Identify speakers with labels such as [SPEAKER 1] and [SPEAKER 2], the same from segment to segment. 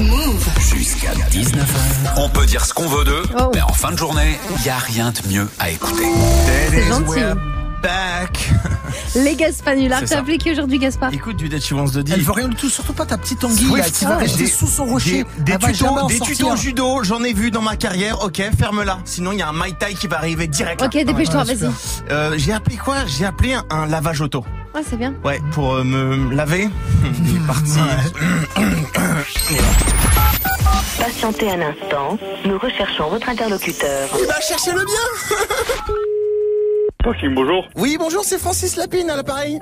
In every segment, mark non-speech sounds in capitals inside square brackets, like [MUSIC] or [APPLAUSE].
[SPEAKER 1] Move.
[SPEAKER 2] Jusqu'à 19h, on peut dire ce qu'on veut d'eux,
[SPEAKER 3] Oh.
[SPEAKER 2] mais en fin de journée, il n'y a rien de mieux à écouter.
[SPEAKER 3] C'est gentil.
[SPEAKER 4] Back.
[SPEAKER 3] Les Gaspanulars,
[SPEAKER 4] C'est
[SPEAKER 3] t'as
[SPEAKER 4] ça.
[SPEAKER 3] appelé qui aujourd'hui, Gaspard
[SPEAKER 4] Écoute du Dead She Wants de
[SPEAKER 5] Ah. Elle
[SPEAKER 4] dire.
[SPEAKER 5] veut rien du tout, surtout pas ta petite anguille.
[SPEAKER 4] Swift,
[SPEAKER 5] là, qui va
[SPEAKER 4] ah,
[SPEAKER 5] rester
[SPEAKER 4] des-
[SPEAKER 5] sous son rocher.
[SPEAKER 4] Des,
[SPEAKER 5] Elle va jamais
[SPEAKER 4] tutos,
[SPEAKER 5] en
[SPEAKER 4] des
[SPEAKER 5] sortir.
[SPEAKER 4] tutos judo, j'en ai vu dans ma carrière. Ok, ferme-la. Sinon, il y a un Mai Tai qui va arriver direct. là.
[SPEAKER 3] Ok, dépêche-toi,
[SPEAKER 5] ouais,
[SPEAKER 3] vas-y.
[SPEAKER 4] Euh, J'ai appelé quoi J'ai appelé un, un lavage auto.
[SPEAKER 3] Ah, c'est bien.
[SPEAKER 4] Ouais, pour euh,
[SPEAKER 5] [LAUGHS]
[SPEAKER 4] me laver. Il est parti.
[SPEAKER 6] Patientez un instant, nous recherchons votre interlocuteur.
[SPEAKER 5] Il va chercher le bien.
[SPEAKER 7] Maxime, bonjour.
[SPEAKER 5] Oui, bonjour, c'est Francis Lapine à l'appareil.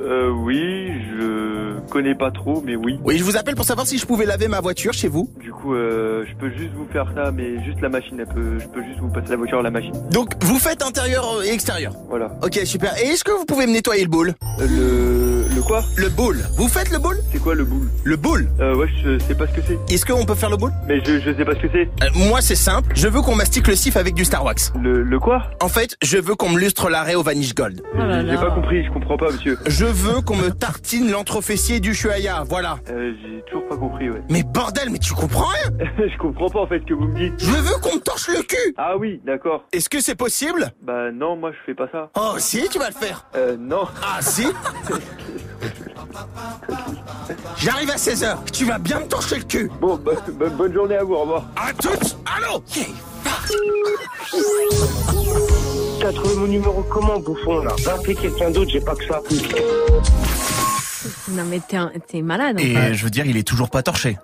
[SPEAKER 7] Euh, oui, je connais pas trop, mais oui.
[SPEAKER 5] Oui, je vous appelle pour savoir si je pouvais laver ma voiture chez vous.
[SPEAKER 7] Du coup, euh, je peux juste vous faire ça, mais juste la machine, elle peut, je peux juste vous passer la voiture à la machine.
[SPEAKER 5] Donc, vous faites intérieur euh, et extérieur.
[SPEAKER 7] Voilà.
[SPEAKER 5] Ok, super. Et est-ce que vous pouvez me nettoyer le boule
[SPEAKER 7] Euh, le, le quoi
[SPEAKER 5] Le boule. Vous faites le boule
[SPEAKER 7] C'est quoi le boule
[SPEAKER 5] Le boule.
[SPEAKER 7] Euh, ouais, je sais pas ce que c'est.
[SPEAKER 5] Est-ce qu'on peut faire le boule
[SPEAKER 7] Mais je, je sais pas ce que c'est.
[SPEAKER 5] Euh, Moi, c'est simple. Je veux qu'on mastique le sif avec du Star Wax.
[SPEAKER 7] Le, le quoi
[SPEAKER 5] En fait, je veux qu'on me lustre l'arrêt au Vanish Gold.
[SPEAKER 3] Oh là
[SPEAKER 7] J'ai
[SPEAKER 3] là.
[SPEAKER 7] pas compris, je comprends pas, monsieur.
[SPEAKER 5] Je veux qu'on me tartine l'entrefessier du Chuaya. Voilà.
[SPEAKER 7] Euh, j'ai toujours pas compris, ouais. [LAUGHS]
[SPEAKER 5] Mais bordel, mais tu comprends rien
[SPEAKER 7] je comprends pas en fait ce que vous me dites.
[SPEAKER 5] Je veux qu'on me torche le cul
[SPEAKER 7] Ah oui, d'accord.
[SPEAKER 5] Est-ce que c'est possible
[SPEAKER 7] Bah non, moi je fais pas ça.
[SPEAKER 5] Oh si, tu vas le faire
[SPEAKER 7] Euh, non.
[SPEAKER 5] Ah si J'arrive à 16h, tu vas bien me torcher le cul
[SPEAKER 7] Bon, bah, bo- bonne journée à vous, au revoir.
[SPEAKER 5] À toutes Allô
[SPEAKER 8] T'as trouvé mon numéro comment, bouffon, là Va appeler quelqu'un d'autre, j'ai pas que ça.
[SPEAKER 3] Non, mais t'es un- t'es malade.
[SPEAKER 4] Et je veux dire, il est toujours pas torché.